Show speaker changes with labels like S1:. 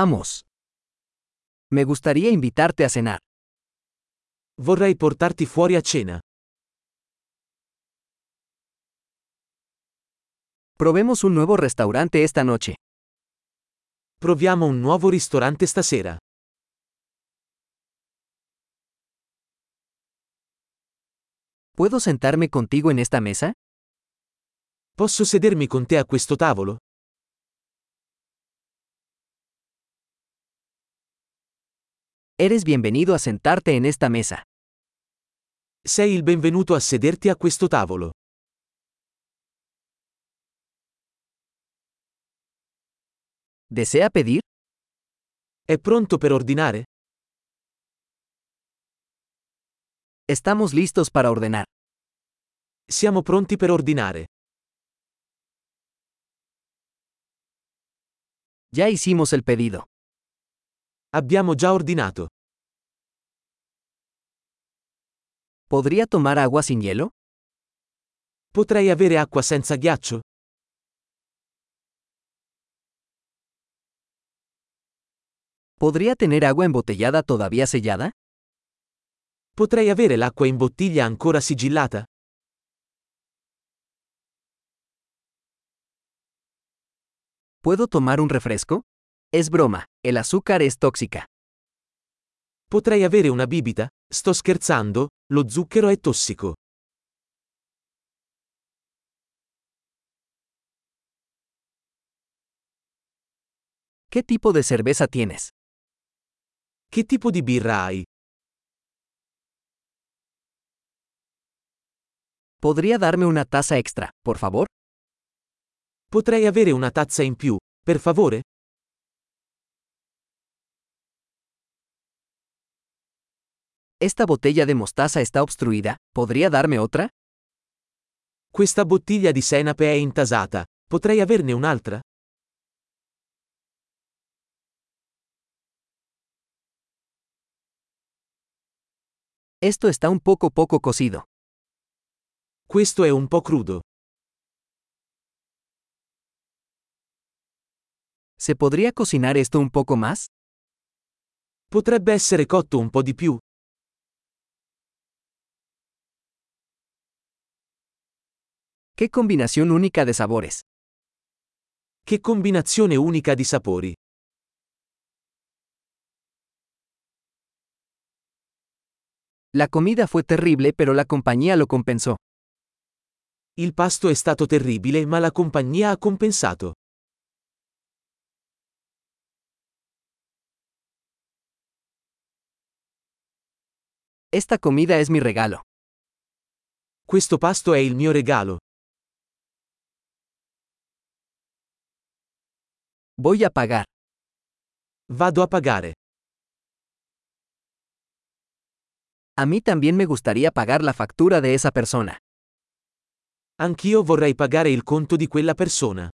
S1: Vamos. Me gustaría invitarte a cenar.
S2: Vorrei portarti fuori a cena.
S1: Probemos un nuevo restaurante esta noche.
S2: Proviamo un nuovo ristorante stasera.
S1: ¿Puedo sentarme contigo en esta mesa?
S2: Posso sedermi con te a questo tavolo?
S1: Eres bienvenido a sentarte en esta mesa.
S2: Sei il benvenuto a sederti a questo tavolo.
S1: ¿Desea pedir?
S2: È pronto per ordinare?
S1: Estamos listos para ordenar.
S2: Siamo pronti per ordinare.
S1: Ya hicimos el pedido.
S2: Abbiamo già ordinato.
S1: ¿Podría tomar agua sin hielo?
S2: Potrei avere acqua senza ghiaccio?
S1: ¿Podría tener agua embotellada todavía sellada?
S2: Potrei avere l'acqua in bottiglia ancora sigillata?
S1: ¿Puedo tomar un refresco? Es broma, el azúcar es tóxica.
S2: Potrei avere una bibita? Sto scherzando, lo zucchero è tossico.
S1: ¿Qué tipo de cerveza tienes?
S2: Che tipo di birra hai?
S1: ¿Podría darme una taza extra, por favor?
S2: Potrei avere una tazza in più, per favore?
S1: Esta botella de mostaza está obstruida, ¿podría darme otra?
S2: Questa bottiglia di senape è intasata. Potrei averne un'altra?
S1: Esto está un poco poco cocido.
S2: Questo è un po' crudo.
S1: ¿Se podría cocinar esto un poco más?
S2: Potrebbe essere cotto un po' di più.
S1: ¡Qué combinación única de sabores!
S2: Che combinazione unica di sapori.
S1: La comida fue terrible pero la compañía lo compensó.
S2: Il pasto è stato terribile ma la compagnia ha compensato.
S1: Esta comida es mi regalo.
S2: Questo pasto è il mio regalo.
S1: Voy a pagar.
S2: Vado a pagare.
S1: A mí también me gustaría pagar la factura de esa persona.
S2: Anch'io vorrei pagare il conto di quella persona.